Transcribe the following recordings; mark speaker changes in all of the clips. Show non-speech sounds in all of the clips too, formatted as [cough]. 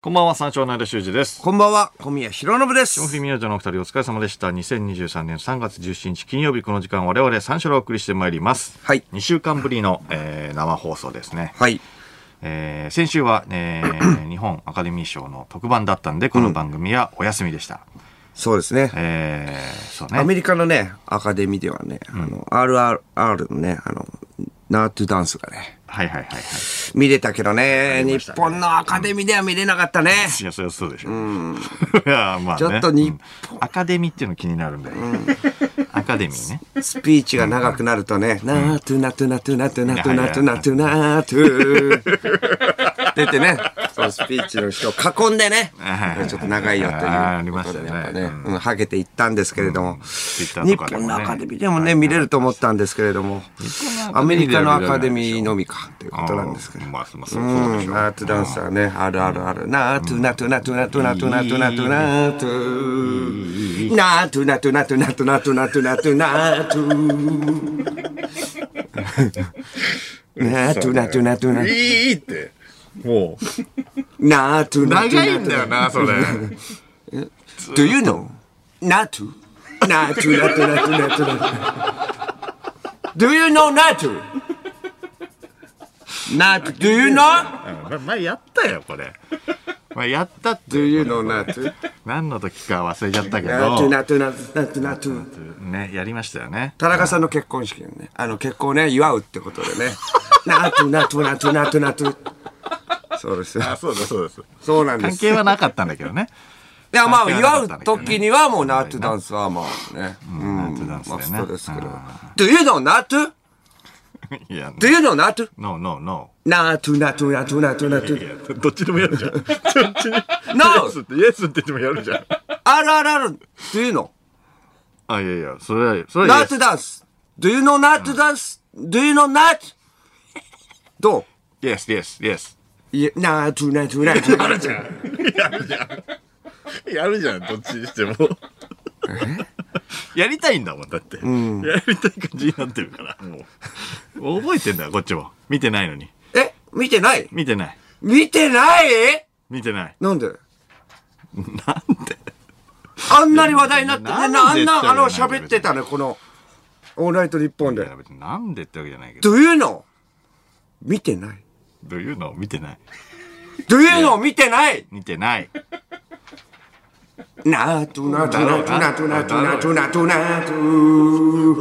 Speaker 1: こんばんは、三照の間修二です。
Speaker 2: こんばんは、小宮弘信です。
Speaker 1: 霜降り明星のお二人お疲れ様でした。2023年3月17日金曜日この時間我々三照をお送りしてまいります。
Speaker 2: はい
Speaker 1: 2週間ぶりの、えー生放送ですね。
Speaker 2: はい。
Speaker 1: えー先週は、え
Speaker 2: [coughs]
Speaker 1: ー日本アカデミー賞の特番だったんで、この番組はお休みでした。
Speaker 2: そうですね。
Speaker 1: えーそう
Speaker 2: アメ
Speaker 1: ね。
Speaker 2: リカのね、アカデミーではね、あの、RRR のね、あの、ナートゥダンスがね、
Speaker 1: はいはいはいはい。
Speaker 2: 見れたけどね、日本のアカデミーでは見れなかったね。
Speaker 1: いや、そりゃそうでしょ。 [laughs] いや、まあね。
Speaker 2: ちょっと日
Speaker 1: うんアカデミーっていうの気になるんだよ。アカデミーね。
Speaker 2: スピーチが長くなるとね、ナートゥナトゥナトゥナトゥナトゥナトゥナトゥナトゥ出てね、そのスピーチの人を囲んでね
Speaker 1: はい、
Speaker 2: ちょっと長いよということで。
Speaker 1: あーありましたね
Speaker 2: やっぱ
Speaker 1: う
Speaker 2: うん、はげていったんですけれども、
Speaker 1: Twitter
Speaker 2: 日
Speaker 1: とかでも
Speaker 2: 本
Speaker 1: ね
Speaker 2: のアカデミーでもね、見れると思ったんですけれども、アメリカのアカデミーのみかということなんですけど。
Speaker 1: あー
Speaker 2: うん
Speaker 1: まあ、まあ、そうそうでしょう。
Speaker 2: ナートゥダンサーね、あるあるある。ナートゥナトゥナトゥナトゥナトゥナトゥナトゥナトゥナートゥナトゥナトゥナトゥナトゥナトゥナトゥナトゥ
Speaker 1: [laughs]
Speaker 2: ナートゥナトゥナトゥナ
Speaker 1: いいって。もう、
Speaker 2: ナートゥナトゥナトゥナ
Speaker 1: 長いんだよ [laughs] な、それ。
Speaker 2: Do you know? ナートゥナートゥナトゥナトゥナトゥナトゥ Do you know ナートゥナートゥ Do you know?
Speaker 1: うん前やったよ、これ。まあ、やったって。
Speaker 2: Do you know ナートゥ
Speaker 1: 何の時か忘れちゃったけ
Speaker 2: ナートゥ
Speaker 1: ど、
Speaker 2: ナートゥナートゥナートゥ
Speaker 1: ね、やりましたよね。
Speaker 2: 田中さんの結婚式のね、あの結婚をね、祝うってことでね。ナートゥナートゥナートゥナートゥナートゥ。そうです。
Speaker 1: あ、そうです、そうです。
Speaker 2: そうなんで
Speaker 1: 関
Speaker 2: す。
Speaker 1: 係はなかったんだけどね。
Speaker 2: いや、まあ、
Speaker 1: 関係なか
Speaker 2: 祝
Speaker 1: っ
Speaker 2: う
Speaker 1: たんだけどね
Speaker 2: 時にはもうナートゥダンスはまあね。うん
Speaker 1: ナートゥダンスだよ
Speaker 2: マ
Speaker 1: ね
Speaker 2: ストですけど
Speaker 1: うん。
Speaker 2: Do you know ナートゥ
Speaker 1: いや、
Speaker 2: ?Do you know ナートゥ
Speaker 1: no, no, no.
Speaker 2: ナートゥナートゥナートゥナートゥナートゥ。
Speaker 1: どっちでもやるじゃん。どっちに。
Speaker 2: No!
Speaker 1: [laughs] って、イエスって言ってもやるじゃん。
Speaker 2: RRR! Do you know?
Speaker 1: あ、いやいや、それは、それは
Speaker 2: ナ
Speaker 1: イエ
Speaker 2: ート
Speaker 1: ス。
Speaker 2: ゥダンス !Do you know ナートゥダンス ?Do you know ナートゥどう
Speaker 1: イエス、イエス、イエス。
Speaker 2: いえナートゥナートゥナートゥ。
Speaker 1: やるじゃん、どっちにしても。やりたいんだもん、だって。やりたい感じになってるから、もう。覚えてんだよ、こっちも。見てないのに。
Speaker 2: え見てない
Speaker 1: 見てない。
Speaker 2: 見てない
Speaker 1: 見てない。
Speaker 2: なんで
Speaker 1: なんで
Speaker 2: あんなに話題になって、ね、
Speaker 1: な
Speaker 2: あ
Speaker 1: ん
Speaker 2: ん
Speaker 1: で
Speaker 2: な、あん
Speaker 1: って
Speaker 2: な、あの、
Speaker 1: 言わない
Speaker 2: 喋ってたね、この、オールナイト日本
Speaker 1: い
Speaker 2: で
Speaker 1: や、。別になんでってわけじゃないけど。
Speaker 2: Do you know? 見てない。
Speaker 1: どういうの見てない。
Speaker 2: Do you know? 見てない
Speaker 1: 見てない。
Speaker 2: なーとなーとなーとなーとなーとなーとなーとなー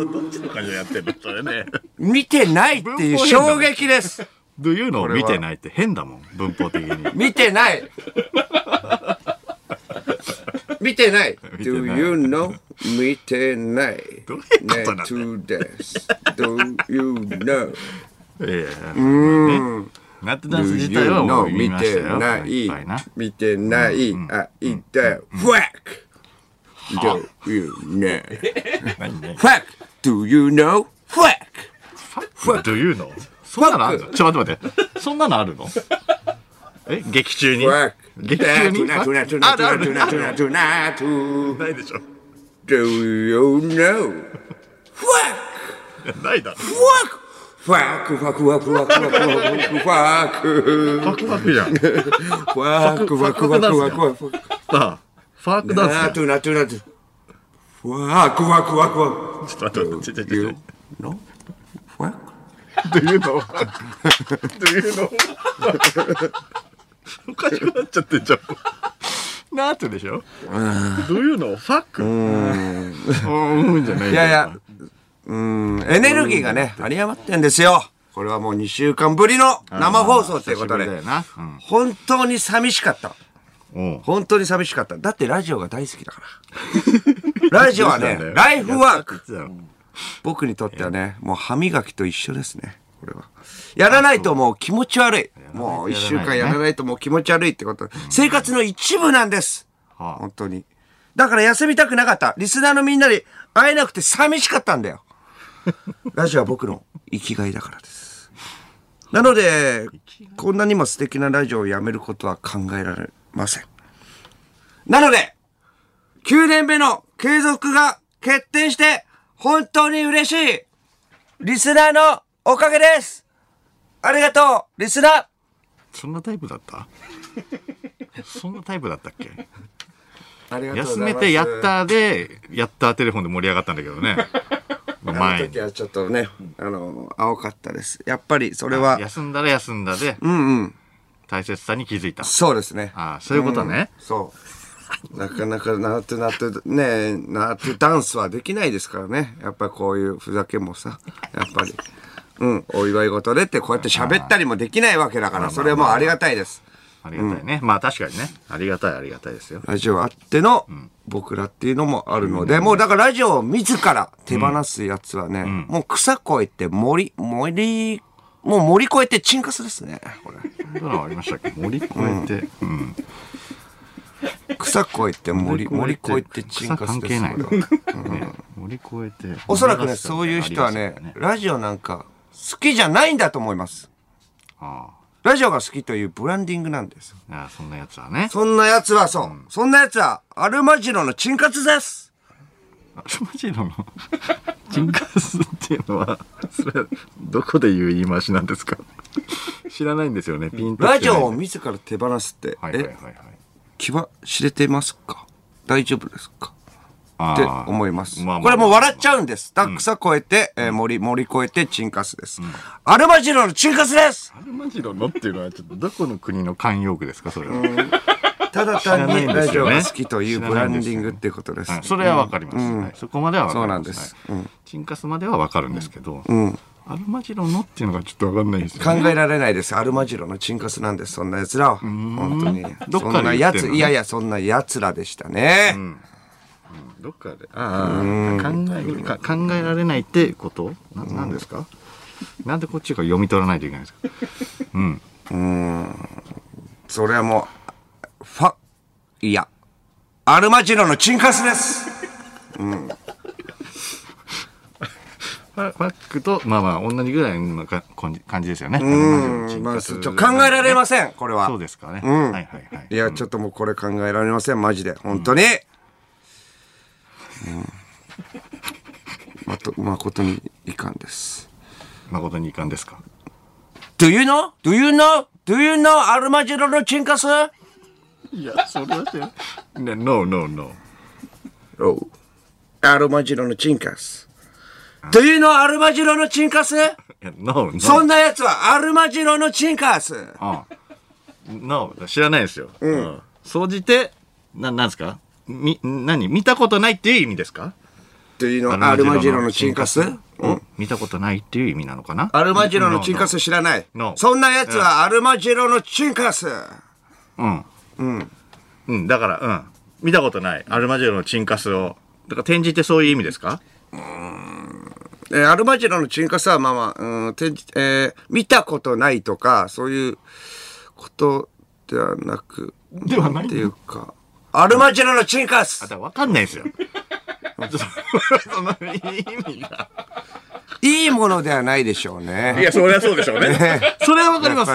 Speaker 2: と
Speaker 1: どっちの感じでやってるそれね。
Speaker 2: 見てないっていう衝撃です。
Speaker 1: どういうのを
Speaker 2: れは
Speaker 1: 見てないって変だもん、文法的に。
Speaker 2: 見てない。見てない。
Speaker 1: 見て
Speaker 2: Do
Speaker 1: ない
Speaker 2: you know? 見てない。
Speaker 1: どういうことなんだよ
Speaker 2: Net to this. Do you know?
Speaker 1: ええうん。ねナットダンス [laughs] 自体はもう見
Speaker 2: 見
Speaker 1: ました
Speaker 2: て
Speaker 1: よ。
Speaker 2: ないい
Speaker 1: っぱいな。
Speaker 2: 見てないあいたファック Do you know
Speaker 1: 何ね。
Speaker 2: ファック Do you know ファック
Speaker 1: ファック Do you know? そんなのあるのちょっと待って待って。そんなのあるの [laughs] え劇中に
Speaker 2: ファック
Speaker 1: 劇中に
Speaker 2: なトゥナトゥナ
Speaker 1: あ
Speaker 2: ト
Speaker 1: るあ
Speaker 2: ゥ
Speaker 1: る
Speaker 2: ナトゥナトゥナトゥ
Speaker 1: ないでしょ。 [laughs]
Speaker 2: Do you know ファック
Speaker 1: ないだろ。
Speaker 2: ファックファックファックファックファックファック
Speaker 1: ファクファクじゃん。
Speaker 2: ファックファックファックファックファックファック
Speaker 1: さあ、ファークダ
Speaker 2: な
Speaker 1: ン
Speaker 2: トゥなトゥなトゥファックファックファックファック
Speaker 1: ス。ちょっと待って、ちょちょちょ。
Speaker 2: No? What?
Speaker 1: どういうのどういう [laughs] のおかしくなっちゃってんじゃん。ナートでしょどういうのファックうん。うんじゃない
Speaker 2: いやいや、うん、エネルギーがね、有り余ってんですよ。これはもう2週間ぶりの生放送ということ
Speaker 1: 久しぶ
Speaker 2: で
Speaker 1: り。だよな。
Speaker 2: 本当に寂しかった。
Speaker 1: うん。うん
Speaker 2: 本当に寂しかった。だってラジオが大好きだ
Speaker 1: [laughs]
Speaker 2: から。ラジオはね、ライフワーク。僕にとってはね、もう歯磨きと一緒ですね。これは。やらないともう気持ち悪い。もう1週間やらないともう気持ち悪いってこと。生活の一部なんです。
Speaker 1: はあ
Speaker 2: 本当に。だから休みたくなかった。リスナーのみんなに会えなくて寂しかったん [laughs] だよ。ラジオは僕の生きがいだからです。なので、こんなにも素敵なラジオをやめることは考えられません。なので、9年目の継続が決定して、本当に嬉しいリスナーのおかげですありがとうリスナー
Speaker 1: [laughs] そんなタイプだったそんなタイプだったっけ
Speaker 2: ありがとうご
Speaker 1: 休
Speaker 2: ざい
Speaker 1: め
Speaker 2: ます。
Speaker 1: てやっ。たで、やったテレフォンで盛り上がったんだけど
Speaker 2: [laughs]
Speaker 1: ね。
Speaker 2: あの
Speaker 1: 前に
Speaker 2: 時。はちょっとね、あの、青かったです。やっぱりそれは、
Speaker 1: 休んだら休んだで、大切さに気づいた。
Speaker 2: そうですね。
Speaker 1: ああ、そういうことね。
Speaker 2: そう。なかなかナートゥナートゥ、ねえ、ナートゥダンスはできないですからね。やっぱりこういうふざけもさ、やっぱり。うん、お祝い事でってこうやって喋ったりもできないわけだから、それはもうありがたいです。
Speaker 1: ありがたいね。まあ確かにね。ありがたい、ありがたい
Speaker 2: [laughs]
Speaker 1: ですよ。
Speaker 2: ラジオあっての、僕らっていうのもあるので、もうだからラジオを自ら手放すやつはね、もう草越えて森、森、もう森越えてチンカスですね、これ。
Speaker 1: そんなのありましたっけ森越えて。うん。
Speaker 2: 草越え
Speaker 1: [laughs]
Speaker 2: て森、森越えてチン
Speaker 1: 草
Speaker 2: カス
Speaker 1: 関
Speaker 2: で
Speaker 1: 係
Speaker 2: す。
Speaker 1: ない
Speaker 2: これ
Speaker 1: の。ね森越えて。
Speaker 2: おそらくね、そういう人は
Speaker 1: あ
Speaker 2: ね
Speaker 1: りますよ、
Speaker 2: ラジオなんか好きじゃないんだと思います。
Speaker 1: あ
Speaker 2: ラジオが好きというブランディングなんです。
Speaker 1: あああ、そんなやつはね。
Speaker 2: そんな奴はそう。そんな奴は、アルマジロのチンカツです。
Speaker 1: アルマジロのチンカスっていうのは、それはどこで言う言い回しなんですか知らないんですよね、ピンときてない
Speaker 2: ラジオを自ら手放すって、
Speaker 1: はいはいはい
Speaker 2: え、
Speaker 1: はい。
Speaker 2: 気は知れていますか大丈夫ですか
Speaker 1: あ
Speaker 2: って
Speaker 1: あ
Speaker 2: 思います。
Speaker 1: まあまあ
Speaker 2: これもう笑っちゃうんです。たくさ越えて、えー森、森越えてチンカスです。アルマジロのチンカスです
Speaker 1: アルマジロのっていうのは、ちょっとどこの国の慣用句ですか、それは。
Speaker 2: ただ単
Speaker 1: 知らないん
Speaker 2: に
Speaker 1: ですよね
Speaker 2: ラジオが好きというブランディングっていうことです。
Speaker 1: はいそれはわかります、はいそこまではわかります。
Speaker 2: そうなんです
Speaker 1: はいチンカスまではわかるんですけど、アルマジロのっていうのがちょっとわかんないですよ
Speaker 2: 考
Speaker 1: ね。
Speaker 2: えられないです。アルマジロのチンカスなんです。そんな奴らは。本当に。
Speaker 1: どっ
Speaker 2: そ
Speaker 1: か
Speaker 2: んな
Speaker 1: ら言ってんの
Speaker 2: 奴、いやいや、そんな奴らでしたね。
Speaker 1: どっかで。ああ、考えか、考えられないってことななんですかなんでこっちが読み取らないといけないんですか
Speaker 2: それはもう、ファ、いや、アルマジロのチンカスです。
Speaker 1: ファファックと、まあまあ、同じぐらいのか感じ感じですよね。
Speaker 2: うん、まあ、ちょっと考えられま
Speaker 1: ん。
Speaker 2: せん、これは
Speaker 1: そう。ですかね。はいはいはい。
Speaker 2: いや、ちょっともうこれ考えられません、マジで。本当に。うんまと、誠に遺憾です。
Speaker 1: 誠に遺憾ですか
Speaker 2: Do you know? Do you know? Do you know アルマジロのチンカス
Speaker 1: いや、それは知らない。ね No, no, no.
Speaker 2: おアルマジロのチンカス。Do you know アルマジロのチンカス
Speaker 1: Yeah, No, no.
Speaker 2: そんなやつはアルマジロのチンカス。
Speaker 1: ああ No 知らないですよ。うん。総じて、な、なんですかみ、何見たことないっていう意味ですか
Speaker 2: Do you know アルマジロのチンカス
Speaker 1: うん見たことないっていう意味なのかな
Speaker 2: アルマジロのチンカス知らない
Speaker 1: No.。
Speaker 2: そんなやつはアルマジロのチンカス。
Speaker 1: うん。うん。うん、だから、うん。見たことない。アルマジロのチンカスを。だから、転じてそういう意味ですか
Speaker 2: えーアルマジロのチンカスはまあまあ、うん、てんえー見たことないとか、そういうことではなく、
Speaker 1: ではない
Speaker 2: っていうか、アルマジロのチンカス
Speaker 1: だから、わかんないですよ。 [laughs] その意味が。
Speaker 2: いいものではないでしょうね。
Speaker 1: いや、そりゃそうでしょうね。それはわかります。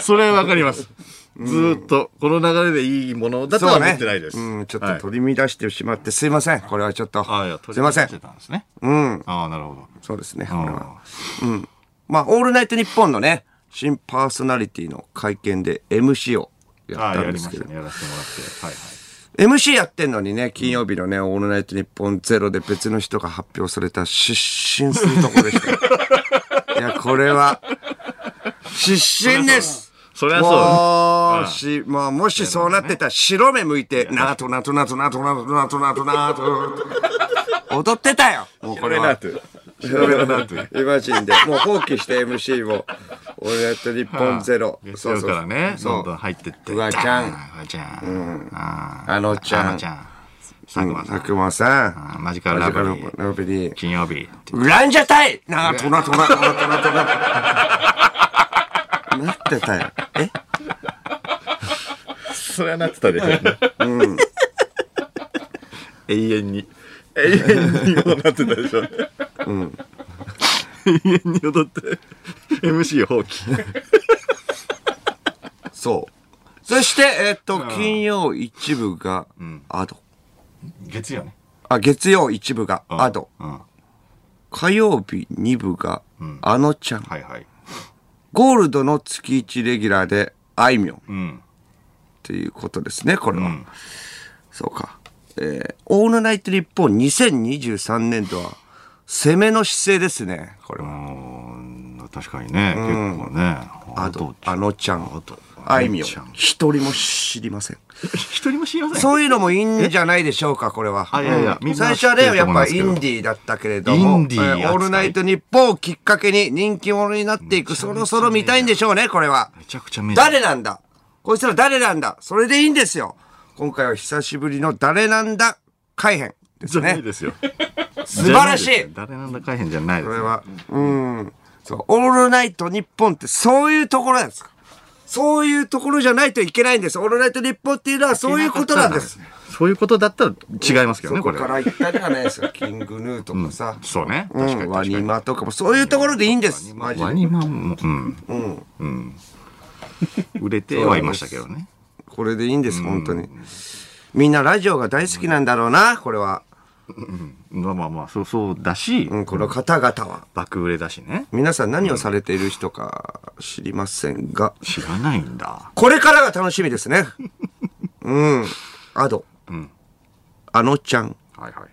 Speaker 1: それはわかります。ずーっと、この流れでいいものだとは思ってないです。
Speaker 2: うん、ちょっ
Speaker 1: はい
Speaker 2: と取り乱してしまって、すいません。これはちょっと。
Speaker 1: ああ、いや、
Speaker 2: すいません
Speaker 1: 取り出して。たんですね。うん。ああ、なるほど。
Speaker 2: そうですね。これ
Speaker 1: あ
Speaker 2: は。まあ、オールナイトニッポンのね、新パーソナリティの会見で MC をや
Speaker 1: あ、あ
Speaker 2: っ
Speaker 1: あ
Speaker 2: た
Speaker 1: や
Speaker 2: ん
Speaker 1: り
Speaker 2: です
Speaker 1: ま
Speaker 2: け
Speaker 1: し
Speaker 2: ど
Speaker 1: た、ね。やらせてもらって。はいはい。
Speaker 2: MC やってんのにね、金曜日のね、オールナイトニッポンゼロで別の人が発表された失神するとこでしたよ。いや、これは、失神です。
Speaker 1: それはそう。
Speaker 2: もうし、まあ、もしそうなってたら白目向いて、なとなとなとなとなとなとなとなと、踊ってたよ。もうこれは。
Speaker 1: て。
Speaker 2: 白目なと。イマジンで、もう放棄して MC も、オールナイトニッポンゼロ。
Speaker 1: 月曜からね、どんどん入ってって。
Speaker 2: うわちゃん
Speaker 1: うわちゃん。ああ
Speaker 2: あのちゃん
Speaker 1: あのちゃん。佐久間さん
Speaker 2: 佐久間さん。
Speaker 1: ああ。マジカルラブリー。
Speaker 2: ラブリー。
Speaker 1: 金曜日って。
Speaker 2: ランジャタイなあ、となとなとなとなとな。なってたよ。え
Speaker 1: それはなってたでしょ。永遠に。永遠に踊ってたでしょ。永遠に踊って、MC 放棄。
Speaker 2: そう。そして、えっと、金曜一部が、アド。
Speaker 1: 月曜ね。
Speaker 2: あ、月曜一部が、アド。
Speaker 1: うん。は
Speaker 2: 火曜日二部が、あのちゃん。
Speaker 1: いはい。
Speaker 2: ゴールドの月一レギュラーで、あいみょん。
Speaker 1: うん。
Speaker 2: ということですね、これは。そうか。えー、オールナイト日本2023年度は、攻めの姿勢ですね、これは。
Speaker 1: うん確かにね、結構ね。
Speaker 2: あと、あのちゃん
Speaker 1: あと、
Speaker 2: あいみょ
Speaker 1: あ
Speaker 2: ん
Speaker 1: のちゃん、
Speaker 2: 一人も知りません。
Speaker 1: 一人も知りません。
Speaker 2: そういうのもいいんじゃないでしょうか、これは。
Speaker 1: あいやいや
Speaker 2: うん
Speaker 1: みんな
Speaker 2: 最初はね、
Speaker 1: 知ってる
Speaker 2: や
Speaker 1: と
Speaker 2: っ
Speaker 1: 思いま
Speaker 2: ぱ
Speaker 1: す
Speaker 2: イ
Speaker 1: けど
Speaker 2: ンディーだったけれども、
Speaker 1: インディー
Speaker 2: えオールナイト日本をきっかけに人気者になっていく、そろそろ見たいんでしょうね、これは。
Speaker 1: めちゃくちゃメジャー
Speaker 2: 誰なんだこいつら誰なんだそれでいいんですよ。今回は久しぶりの誰なんだ改編です
Speaker 1: じゃな
Speaker 2: ね
Speaker 1: い。ですよ。
Speaker 2: 素晴らし
Speaker 1: じゃない
Speaker 2: い
Speaker 1: ですよ誰なんだかへんじゃないです
Speaker 2: これ
Speaker 1: よ。
Speaker 2: は。うん。そう。オールナイト日本ってそういうところなんですかそういうところじゃないといけないんです。オールナイト日本っていうのはそういうことなんです。。
Speaker 1: そういうことだったら違いますけど
Speaker 2: そ
Speaker 1: ね、
Speaker 2: こ
Speaker 1: これ
Speaker 2: か
Speaker 1: は。
Speaker 2: ら行ったりはないですよ。キングヌーとかさ。
Speaker 1: そうね。
Speaker 2: う
Speaker 1: 確かに
Speaker 2: ん、ワ
Speaker 1: 確か
Speaker 2: ニ
Speaker 1: に。
Speaker 2: マとかもそういうところでいいんです。マジ
Speaker 1: ワ
Speaker 2: で。
Speaker 1: ニマンも、うん。うん。売れてはいましたけどね。
Speaker 2: これでいいんです、本当に。みんなラジオが大好きなんだろうな、これは。
Speaker 1: まあまあまあ、そうそうだし、
Speaker 2: うん、この方々は。
Speaker 1: 爆売れだしね。
Speaker 2: 皆さん何をされている人か知りませんが、
Speaker 1: 知らないんだ。
Speaker 2: これからが楽しみです [laughs] ね。うん。アド。あのちゃん、
Speaker 1: はいはい。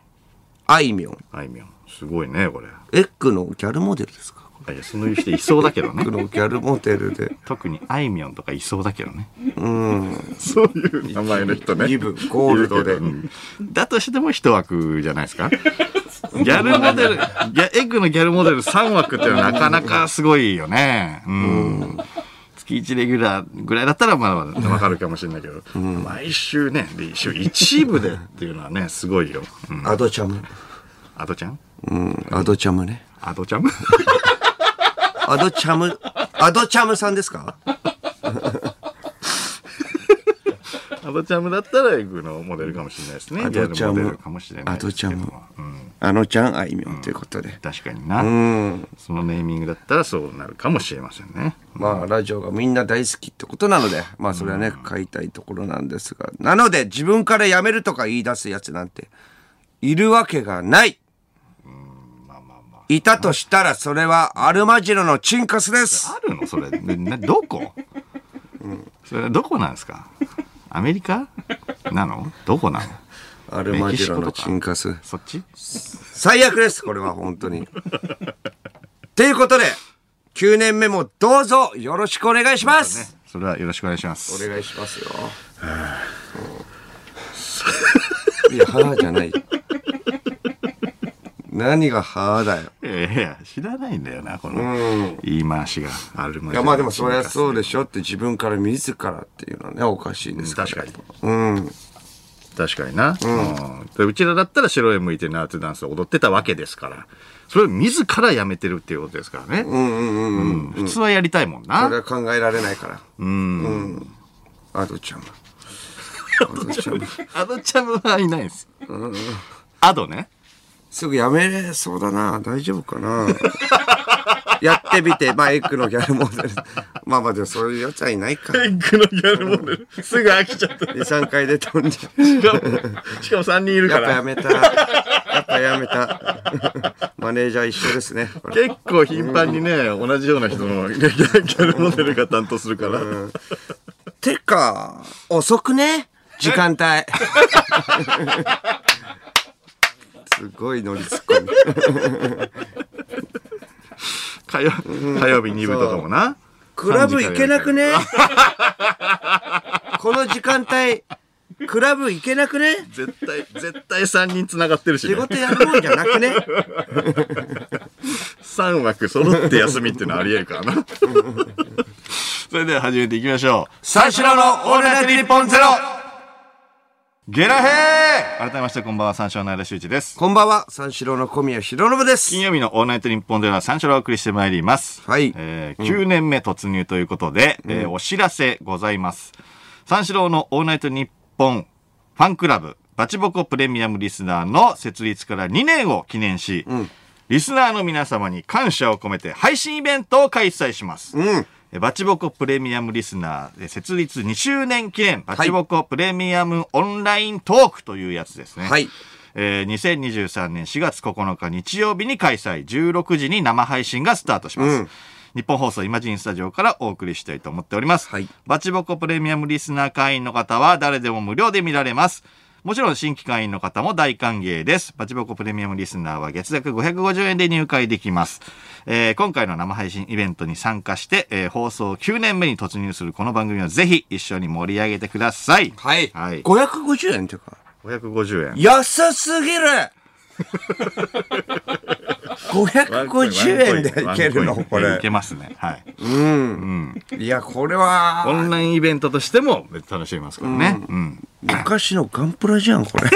Speaker 2: あいみょん、
Speaker 1: あいみょん。すごいね、これ。
Speaker 2: エッグのギャルモデルですか
Speaker 1: あいや、その人いそうだけど
Speaker 2: エッ
Speaker 1: ね [laughs]
Speaker 2: グ。のギャルモデルで、
Speaker 1: 特にあいみょんとかいそうだけどね。そういう名前の人ね。
Speaker 2: イブゴールドで
Speaker 1: うんだとしても一枠じゃないです [laughs] か。ギャルモデル、ギャエッグのギャルモデル3枠っていうのはなかなかすごいよね。うん。月1レギュラーぐらいだったらまだまだわかるかもしれないけど、毎週ね、で一週一部でっていうのはね、すごいよ。うん、
Speaker 2: アドちゃんも。
Speaker 1: アドちゃん
Speaker 2: うん、アドちゃんもね。
Speaker 1: アドちゃん
Speaker 2: アドチャム、アドチャムさんですか
Speaker 1: [laughs] アドちゃんだったらエッグのモデルかもしれないですね。
Speaker 2: ア
Speaker 1: ギャ
Speaker 2: ドチャ
Speaker 1: ル
Speaker 2: ム
Speaker 1: モデルかもしれないですけど
Speaker 2: アドチ
Speaker 1: も。うん
Speaker 2: あのちゃん、あいみょんということで。
Speaker 1: 確かにな、
Speaker 2: うん。
Speaker 1: そのネーミングだったらそうなるかもしれませんね
Speaker 2: まあ、ラジオがみんな大好きってことなので、まあ、それはね、買いたいところなんですが。なので、自分から辞めるとか言い出すやつなんて、いるわけがない。いたとしたら、それはアルマジロのチンカスです。
Speaker 1: あるのそれでなどこ、それどこなんですかアメリカなのどこなの
Speaker 2: アル
Speaker 1: ル
Speaker 2: マ
Speaker 1: マ
Speaker 2: ジ
Speaker 1: ジ
Speaker 2: ロ
Speaker 1: ロ
Speaker 2: の
Speaker 1: の
Speaker 2: チ
Speaker 1: チ
Speaker 2: ン
Speaker 1: ン
Speaker 2: カス。
Speaker 1: そっち
Speaker 2: 最悪です、これは本当に。ということで、9年目もどうぞよろしくお願いします。
Speaker 1: それはよろしくお願いします
Speaker 2: お願いしますよ。うんいや、はぁじゃない。何がはぁだよ。
Speaker 1: いやいや知らないんだよなこの言い回しがあるま
Speaker 2: いや、まあでもそりゃそうでしょって自分から自らっていうのはね、おかしいですから。
Speaker 1: 確かに確かにな、うんでうちらだったら白い向いてるナーツダンスを踊ってたわけですからそれを自らやめてるっていうことですからね、うん普通はやりたいもんな
Speaker 2: それは考えられないから。うん。アドちゃんは。アドちゃんは
Speaker 1: アドちゃんはいないです。アドね。
Speaker 2: すぐやめれそうだな。大丈夫か [laughs] な。やってみて、まあエッグのギャルモデル。まあまあでもそういうやつはいないか。
Speaker 1: エッグのギャルモデル。すぐ飽きちゃった。 [laughs]
Speaker 2: 2、3回で飛んじゃう。
Speaker 1: しかも、しかも3人いる
Speaker 2: や
Speaker 1: か
Speaker 2: っぱや
Speaker 1: ら。
Speaker 2: めた。やっぱやめた。マネージャー一緒ですね。これ
Speaker 1: 結構頻繁にね、同じような人のギャギャルモデルが担当するから。
Speaker 2: てか、遅くね時間帯。すごい乗りツッコミ。
Speaker 1: 火曜火曜日2部とかもな。
Speaker 2: クラブ行けなくねこの時間帯、クラブ行けなくね
Speaker 1: 絶対、絶対3人繋がってるし、ね
Speaker 2: 仕、事やるもんじゃなくね
Speaker 1: 3枠揃って休みっていうのありえるからな。それでは始めていきましょう。
Speaker 2: 三四郎のオールナイトニッポンゼロ
Speaker 1: ゲラヘー改めましてこんばんは、三章の間修一です。
Speaker 2: こんばんは、三四郎の小宮浩信です
Speaker 1: 金。曜日のオールナイトニッポンでは三章をお送りしてまいります。
Speaker 2: はい
Speaker 1: えー9年目突入ということで、えーお知らせございます。三四郎のオールナイトニッポンファンクラブ、バチボコプレミアムリスナーの設立から2年を記念し、リスナーの皆様に感謝を込めて配信イベントを開催します。えーバチボコプレミアムリスナーえー設立2周年記念、バチボコプレミアムオンライントークというやつですね。
Speaker 2: はい。
Speaker 1: えー2023年4月9日日曜日に開催16時に生配信がスタートします、日本放送イマジンスタジオからお送りしたいと思っております。
Speaker 2: はい
Speaker 1: バチボコプレミアムリスナー会員の方は誰でも無料で見られます。もちろん新規会員の方も大歓迎です。バチボコプレミアムリスナーは月額550円で入会できます。えー今回の生配信イベントに参加して、えー放送9年目に突入するこの番組をぜひ一緒に盛り上げてください。
Speaker 2: はい。
Speaker 1: はい。
Speaker 2: 550円っていうか。
Speaker 1: 550円。
Speaker 2: 安すぎる !550 円でいけるの
Speaker 1: ワンコイン
Speaker 2: こ
Speaker 1: えーい
Speaker 2: れ
Speaker 1: け。ますね。はい。
Speaker 2: いや、これ
Speaker 1: オ
Speaker 2: は、
Speaker 1: ンラインイベントとしても楽しめますからね。うん。
Speaker 2: 昔のガンプラじゃん、これ。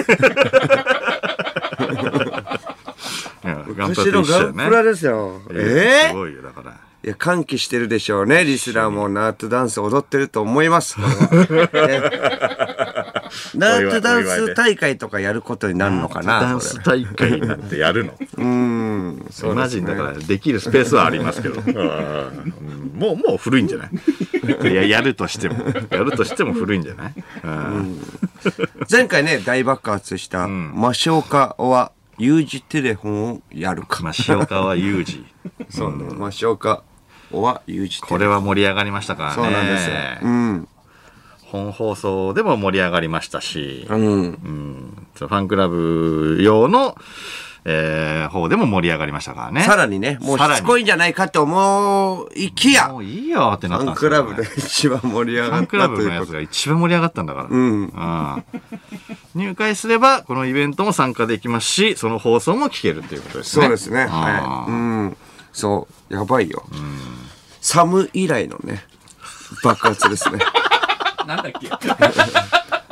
Speaker 1: うんガンプ
Speaker 2: 昔
Speaker 1: ラと
Speaker 2: の
Speaker 1: 一緒
Speaker 2: ガ
Speaker 1: よ
Speaker 2: ンプ
Speaker 1: ね。
Speaker 2: ラですよ。
Speaker 1: えー
Speaker 2: え
Speaker 1: す
Speaker 2: ー
Speaker 1: ごいよ、だから。
Speaker 2: いや、歓喜してるでしょうね。リスラーもナートダンス踊ってると思
Speaker 1: [laughs]
Speaker 2: います。これはねナートダンス大会とかやることになるのかな。
Speaker 1: ダン
Speaker 2: これ
Speaker 1: ス大会になってやるの。
Speaker 2: うん。そう
Speaker 1: マ
Speaker 2: です
Speaker 1: ジだ
Speaker 2: ね
Speaker 1: からできるスペースはありますけ [laughs] ど。うんもう、もう古いんじゃないいや、やるとしても。やるとしても古いんじゃないうん
Speaker 2: 前回ね、大爆発した、マシオカは U 字テレフォンをやるか。
Speaker 1: まあ、塩川裕二。
Speaker 2: そうね。マシオカは U 字テレフォ
Speaker 1: こ
Speaker 2: ン。
Speaker 1: れは盛り上がりましたからね。
Speaker 2: そうなんですよ。うん。
Speaker 1: 本放送でも盛り上がりましたし。
Speaker 2: うん。
Speaker 1: ファンクラブ用の、えー方でも盛り上がりましたからね。
Speaker 2: さらにね、もう
Speaker 1: さら
Speaker 2: し
Speaker 1: に
Speaker 2: つこいんじゃないかと思いきや、
Speaker 1: もういいよってなった
Speaker 2: フ
Speaker 1: ん
Speaker 2: ァン
Speaker 1: ですけ
Speaker 2: クラ
Speaker 1: どね
Speaker 2: ブで一番盛り上
Speaker 1: ファ
Speaker 2: がっ
Speaker 1: ンクラ
Speaker 2: たと
Speaker 1: ブの
Speaker 2: いう
Speaker 1: や
Speaker 2: こ
Speaker 1: つ
Speaker 2: と。
Speaker 1: が一番盛り上がったんだから。
Speaker 2: ん
Speaker 1: うん入会すれば、このイベントも参加できますし、その放送も聞けるということですね。
Speaker 2: そうですね。
Speaker 1: あ
Speaker 2: は
Speaker 1: ー
Speaker 2: い。うん。そう。やばいよ。サム以来のね、爆発です
Speaker 1: [laughs]
Speaker 2: ね。
Speaker 3: なんだっけ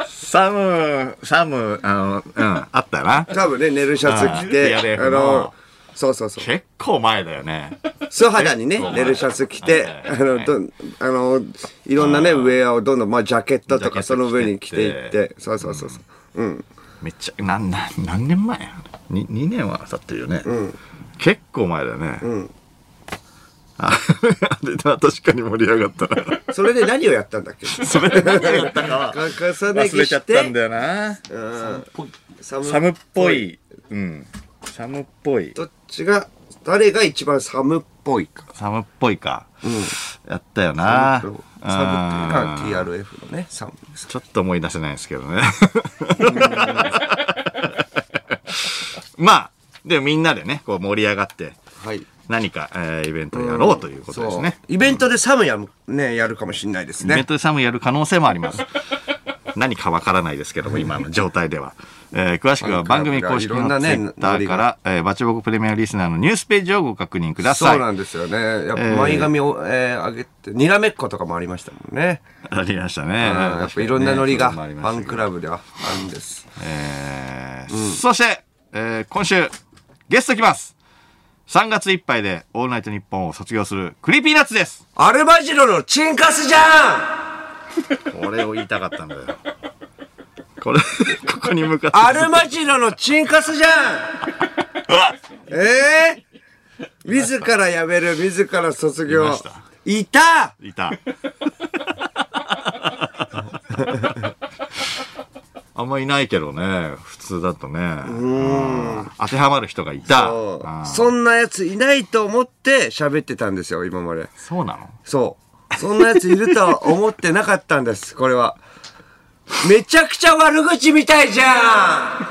Speaker 1: サム、サム、あの、うん、あったな。
Speaker 2: 多分ね、寝るシャツ着て、
Speaker 1: あーリアル F
Speaker 2: あの
Speaker 1: の、
Speaker 2: そうそうそう。
Speaker 1: 結構前だよね。
Speaker 2: 素肌にね
Speaker 1: 結構、前
Speaker 2: 寝るシャツ着て、あの、どんあの、いろんなね、ウェアをどんどん、まあ、ジャケットとか
Speaker 1: ジャケット着てって
Speaker 2: その上に着ていって、そうそうそうそう。うん。
Speaker 1: めっちゃ、なん、なん、何年前に ?2 年は経ってるよね。結構前だよね。ああれだ確かに盛り上がった [laughs] な。
Speaker 2: それで何をやったんだっけ
Speaker 1: それで何をやったかは
Speaker 2: 重ね
Speaker 1: 忘
Speaker 2: 着
Speaker 1: れちゃっ
Speaker 2: し
Speaker 1: たんだ
Speaker 2: て、
Speaker 1: よな。
Speaker 2: サム
Speaker 1: サムっぽ。い。うん。サムっぽい。
Speaker 2: どっちが、誰が一番サムっぽいか。
Speaker 1: サムっぽいか。やったよな。
Speaker 2: サムっ
Speaker 1: う
Speaker 2: ていう
Speaker 1: ん
Speaker 2: か TRF のね、サムです。
Speaker 1: ちょっと思い出せないですけどね。 [laughs] まあ、でもみんなでね、こう盛り上がって、
Speaker 2: はい。
Speaker 1: 何か、えーイベントをやろうということですね。
Speaker 2: イベントでサムやむね、やるかもしれないです
Speaker 1: イベン
Speaker 2: ね。
Speaker 1: トでサムやる可能性もあり
Speaker 2: [laughs]
Speaker 1: ます。何かわからないですけども、今の状態では。えー詳しくは番組公式
Speaker 2: いろん
Speaker 1: の
Speaker 2: な
Speaker 1: ツイ
Speaker 2: ね
Speaker 1: ッターから、えーバチボコプレミアムリスナーのニュースページをご確認くださ
Speaker 2: そ
Speaker 1: い。
Speaker 2: うなんですよね。やっぱ前髪を、えー上げて、にらめっことかもありましたもんね。
Speaker 1: ありましたね。
Speaker 2: うんやっぱいろんなノリが、ファンク
Speaker 1: ブ。
Speaker 2: ラブではあるんです。
Speaker 1: えーそして、えー今週、ゲスト来ます。3月いっぱいで、オールナイトニッポンを卒業する、クリーピーナッツです。
Speaker 2: アルバジロのチンカスじゃん
Speaker 1: これを言いたかったんだよ。これ、ここに向かって。
Speaker 2: アルバジロのチンカスじ
Speaker 1: [laughs]
Speaker 2: ゃんええー、自ら辞める、自ら卒業。
Speaker 1: い
Speaker 2: い
Speaker 1: ました
Speaker 2: た
Speaker 1: い [laughs] た。あんまいないけどね、普通だとね。うん当てはまる人がいた。
Speaker 2: そう
Speaker 1: あー
Speaker 2: そんなやついないと思って喋ってたんですよ、今まで。
Speaker 1: そうなの
Speaker 2: そう。そんなやついるとは思ってなかったんです、これは。めちゃくちゃ悪口みたいじゃ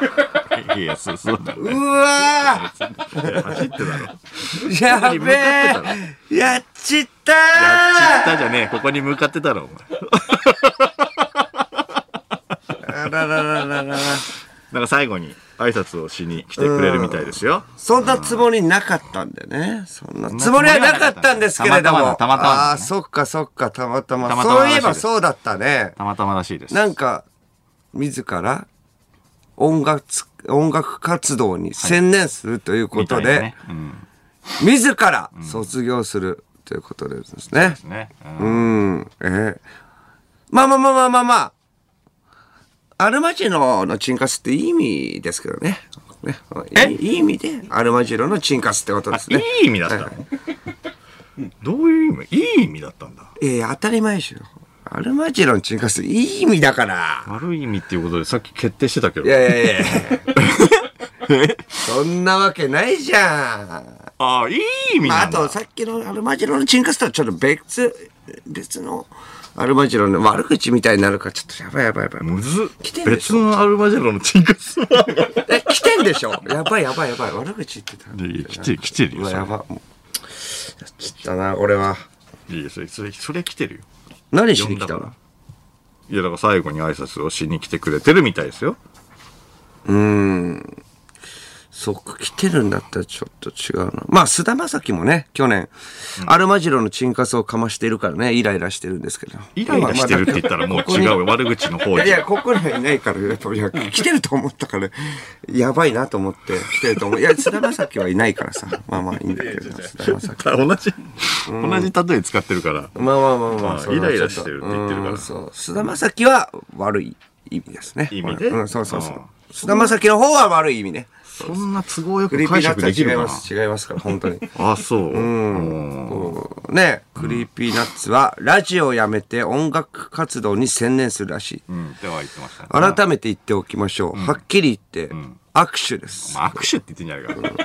Speaker 1: [laughs]
Speaker 2: ん
Speaker 1: いや、そう、そうだね。
Speaker 2: うわ
Speaker 1: 走ってたろ。やっ
Speaker 2: ーやべえやっちった
Speaker 1: ちったじゃねえ。ここに向かってたろ、お前。
Speaker 2: ーあららららら
Speaker 1: なんか最後に挨拶をしに来てくれるみたいですよ。
Speaker 2: そんなつもりなかったんでね。そんなつもりはなかったんですけれども。
Speaker 1: たまたまだたまたまだね
Speaker 2: ああ、そっかそっか、たまたま。
Speaker 1: たまたまら
Speaker 2: そ
Speaker 1: し
Speaker 2: う
Speaker 1: いで
Speaker 2: いえ
Speaker 1: す
Speaker 2: ばそうだったね。
Speaker 1: たまたまらしいです。
Speaker 2: なんか、自ら音楽つ、音楽活動に専念するというこ
Speaker 1: みた
Speaker 2: と
Speaker 1: い
Speaker 2: で、
Speaker 1: なね。うん。
Speaker 2: 自ら卒業するということでですね。
Speaker 1: ね。うん
Speaker 2: うん。ええまあまあまあまあまあまあ。アルマジロのチンカスっていい意味ですけどね。ねいいいい意味でアルマジロのチンカスってことですね。
Speaker 1: いい意味だった [laughs] のどういう意味いい意味だったんだ。
Speaker 2: ええ当たり前でしょ。アルマジロのチンカスいい意味だから。
Speaker 1: 悪い意味っていうことでさっき決定
Speaker 2: [laughs]
Speaker 1: してたけど。
Speaker 2: いやいやいや。そんなわけないじゃん。
Speaker 1: ああ、いい意味
Speaker 2: まあ、
Speaker 1: な
Speaker 2: あ
Speaker 1: んだ。
Speaker 2: とさっきのアルマジロのチンカスとはちょっと別別のアルマジロの悪口みたいになるからちょっとやばいやばいやばい、
Speaker 1: むず
Speaker 2: 来て。るでし
Speaker 1: 別
Speaker 2: ょ
Speaker 1: のアルマジェロのチンカス。
Speaker 2: え来てんでしょやばいやばいやばい悪口言ってた
Speaker 1: いや来てる来てるよ
Speaker 2: うわ
Speaker 1: それ
Speaker 2: やばもうやっちったな俺はい
Speaker 1: や、それ、それ、それ来てるよ。
Speaker 2: 何しに来た
Speaker 1: 呼んだ
Speaker 2: の
Speaker 1: いや、だから最後に挨拶をしに来てくれてるみたいですよ。
Speaker 2: そっか来てるんだったらちょっと違うなまあ菅田将暉もね去年、アルマジロのチンカスをかましているからねイライラしてるんですけど
Speaker 1: イライラしてるって言ったらもう違うよ。悪口の方
Speaker 2: [laughs] いやい
Speaker 1: じゃ
Speaker 2: や、。ここにはいないから、やっぱ、いや、 [laughs] 来てると思ったから、やばいなと思って、来てると思う。いや、菅田将暉はいないからさ、まあまあいいんだけど、菅田将暉。
Speaker 1: 同じ、同じ例え使ってるから。
Speaker 2: まあまあまあまあ、
Speaker 1: あ
Speaker 2: それは
Speaker 1: イライラ
Speaker 2: ちょ
Speaker 1: してるって言ってるから
Speaker 2: うんそう、菅田将暉は悪い意味ですね。
Speaker 1: 意味で
Speaker 2: うん、そうそうそう
Speaker 1: あ。
Speaker 2: 菅田将暉の方は悪い意味ね。
Speaker 1: そんな都合よ
Speaker 2: ク
Speaker 1: く
Speaker 2: リーピ
Speaker 1: 解
Speaker 2: ーナッ
Speaker 1: 釈
Speaker 2: ツは
Speaker 1: でき
Speaker 2: 違い
Speaker 1: るか
Speaker 2: ま
Speaker 1: な
Speaker 2: す、違いますから、本当に。
Speaker 1: あ、そう。うん
Speaker 2: うんねクリーピーナッツは、ラジオをやめて音楽活動に専念するらしい。
Speaker 1: うん。では言ってましたね。
Speaker 2: 改めて言っておきましょう。はっきり言って、握手です。
Speaker 1: まあ、握手って言ってんじゃないか。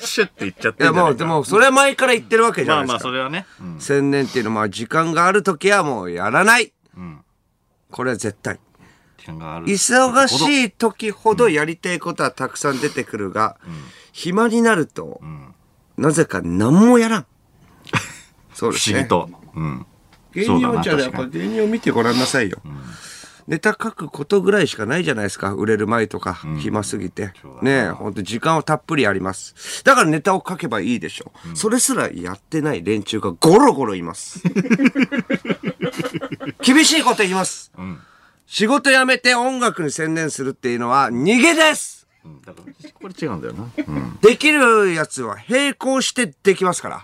Speaker 1: 握手って言っちゃってん
Speaker 2: い
Speaker 1: じ
Speaker 2: や
Speaker 1: ゃな
Speaker 2: もう
Speaker 1: い
Speaker 2: で
Speaker 1: か。
Speaker 2: もそれは前から言ってるわけじ
Speaker 1: ま
Speaker 2: ゃな
Speaker 1: あ
Speaker 2: い
Speaker 1: ま
Speaker 2: で
Speaker 1: あ、
Speaker 2: すか、
Speaker 1: それはね。うん
Speaker 2: 宣伝っていうのは時間がある時はもうやらない、
Speaker 1: ん
Speaker 2: これは絶対
Speaker 1: 時間がある
Speaker 2: 忙しい時ほどやりたいことはたくさん出てくるが、暇になると、なぜか何もやらんそうで
Speaker 1: 不
Speaker 2: す
Speaker 1: 思
Speaker 2: ね
Speaker 1: 議と。うん。
Speaker 2: 芸人
Speaker 1: そうだ
Speaker 2: を
Speaker 1: な
Speaker 2: じゃあやっ
Speaker 1: 確か
Speaker 2: ぱ
Speaker 1: に
Speaker 2: 芸人を見てごらんなさいよ、ネタ書くことぐらいしかないじゃないですか売れる前とか暇すぎて、
Speaker 1: そうだ
Speaker 2: ねえほんと時間をたっぷりありますだからネタを書けばいいでしょ、それすらやってない連中がゴロゴロいます
Speaker 1: [laughs]
Speaker 2: 厳しいこと言います、仕事辞めて音楽に専念するっていうのは逃げです
Speaker 1: うんだから、これ違うんだよな。うん。
Speaker 2: できるやつは並行してできますから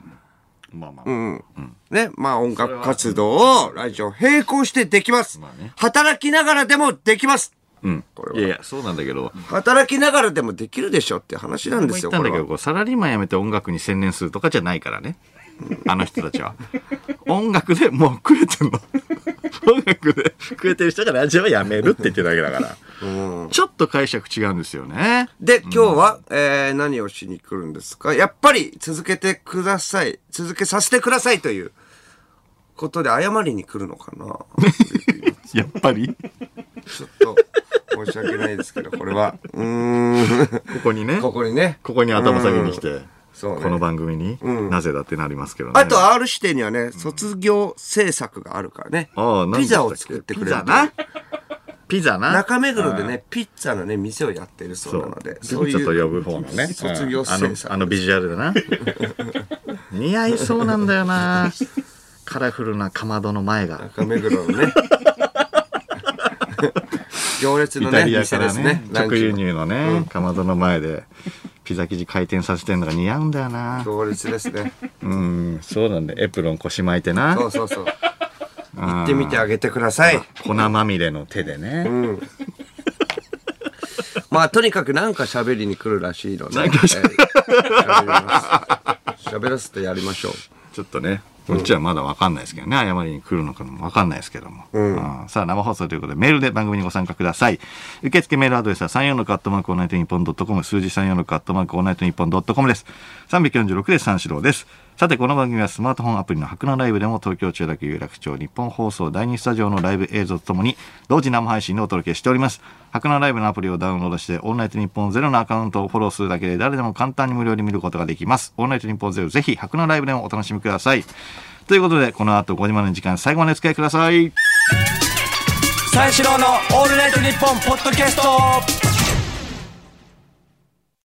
Speaker 1: まあまあまあ。
Speaker 2: ね、まあ音楽活動をラジオ並行してできます。
Speaker 1: まあね
Speaker 2: 働きながらでもできます。
Speaker 1: うん。
Speaker 2: これはい
Speaker 1: やいや、そうなんだけど。
Speaker 2: 働きながらでもできるでしょって話なんで
Speaker 1: 前
Speaker 2: す
Speaker 1: 言
Speaker 2: よ。
Speaker 1: ったんだけ
Speaker 2: これ
Speaker 1: ど
Speaker 2: は
Speaker 1: こうサラリーマン辞めて音楽に専念するとかじゃないからねあの人たちは音楽でもう食えてんの [laughs] 音楽で食えてる人がラジオは辞めるって言ってるだけだから、ちょっと解釈違うんですよね
Speaker 2: で、今日は、えー何をしに来るんですかやっぱり続けてください。続けさせてくださいということで謝りに来る
Speaker 1: [laughs]
Speaker 2: のかな
Speaker 1: やっぱり
Speaker 2: ちょっと申し訳ないですけど、これは。うーん。
Speaker 1: こ [laughs] こにね
Speaker 2: ここにね。
Speaker 1: ここに頭下げに来て、
Speaker 2: そうね
Speaker 1: この番組に、なぜだってなりますけどね
Speaker 2: あと R 指定にはね、卒業制作があるからね。
Speaker 1: ああ何
Speaker 2: ピ
Speaker 1: でしたっけ
Speaker 2: ザを作ってくれる
Speaker 1: ピザなピザな
Speaker 2: 中目黒でね、ピッツァのね、店をやってるそうなので、
Speaker 1: そう
Speaker 2: い
Speaker 1: ピッツァと呼ぶ方のね
Speaker 2: 卒業
Speaker 1: あの
Speaker 2: 生さ
Speaker 1: あ
Speaker 2: ん。
Speaker 1: のビジュアル [laughs] だな似合いそうなんだよなカラフルなかまどの前が
Speaker 2: 中目黒
Speaker 1: [laughs]
Speaker 2: のね、行列
Speaker 1: イ
Speaker 2: の
Speaker 1: タ
Speaker 2: ね、
Speaker 1: リアか
Speaker 2: 店で
Speaker 1: ら
Speaker 2: す
Speaker 1: ね
Speaker 2: ね。ラン
Speaker 1: 直輸
Speaker 2: チの
Speaker 1: 入のね、かまどの前でピザ生地回転させてんのが似合うんだよな
Speaker 2: 行列ですね。
Speaker 1: うんそうなんだエプロン腰巻いてな
Speaker 2: そうそうそう。行ってみてあげてください。
Speaker 1: 粉まみれの手でね
Speaker 2: まあ、とにかくなんか喋りに来るらしいので、
Speaker 1: なんか喋
Speaker 2: えー喋ります。喋らせてやりましょう。
Speaker 1: ちょっとねうちはまだ分かんないですけどね謝りに来るのかも分かんないですけども、うんさあ生放送ということでメールで番組にご参加ください受付メールアドレスは34のカットマークオールナイトニッポンドットコム数字34のカットマークオールナイトニッポンドットコムです346で三四郎ですさてこの番組はスマートフォンアプリの白のライブでも東京千代田区有楽町日本放送第2スタジオのライブ映像とともに同時生配信でお届けしております白のライブのアプリをダウンロードしてオールナイトニッポンゼロのアカウントをフォローするだけで誰でも簡単に無料で見ることができますオールナイトニッポンゼロぜひ白のライブでもお楽しみくださいということでこの後5時までの時間最後までお付き合いください
Speaker 3: 三四郎の「オールナイトニッポン」ポッドキャスト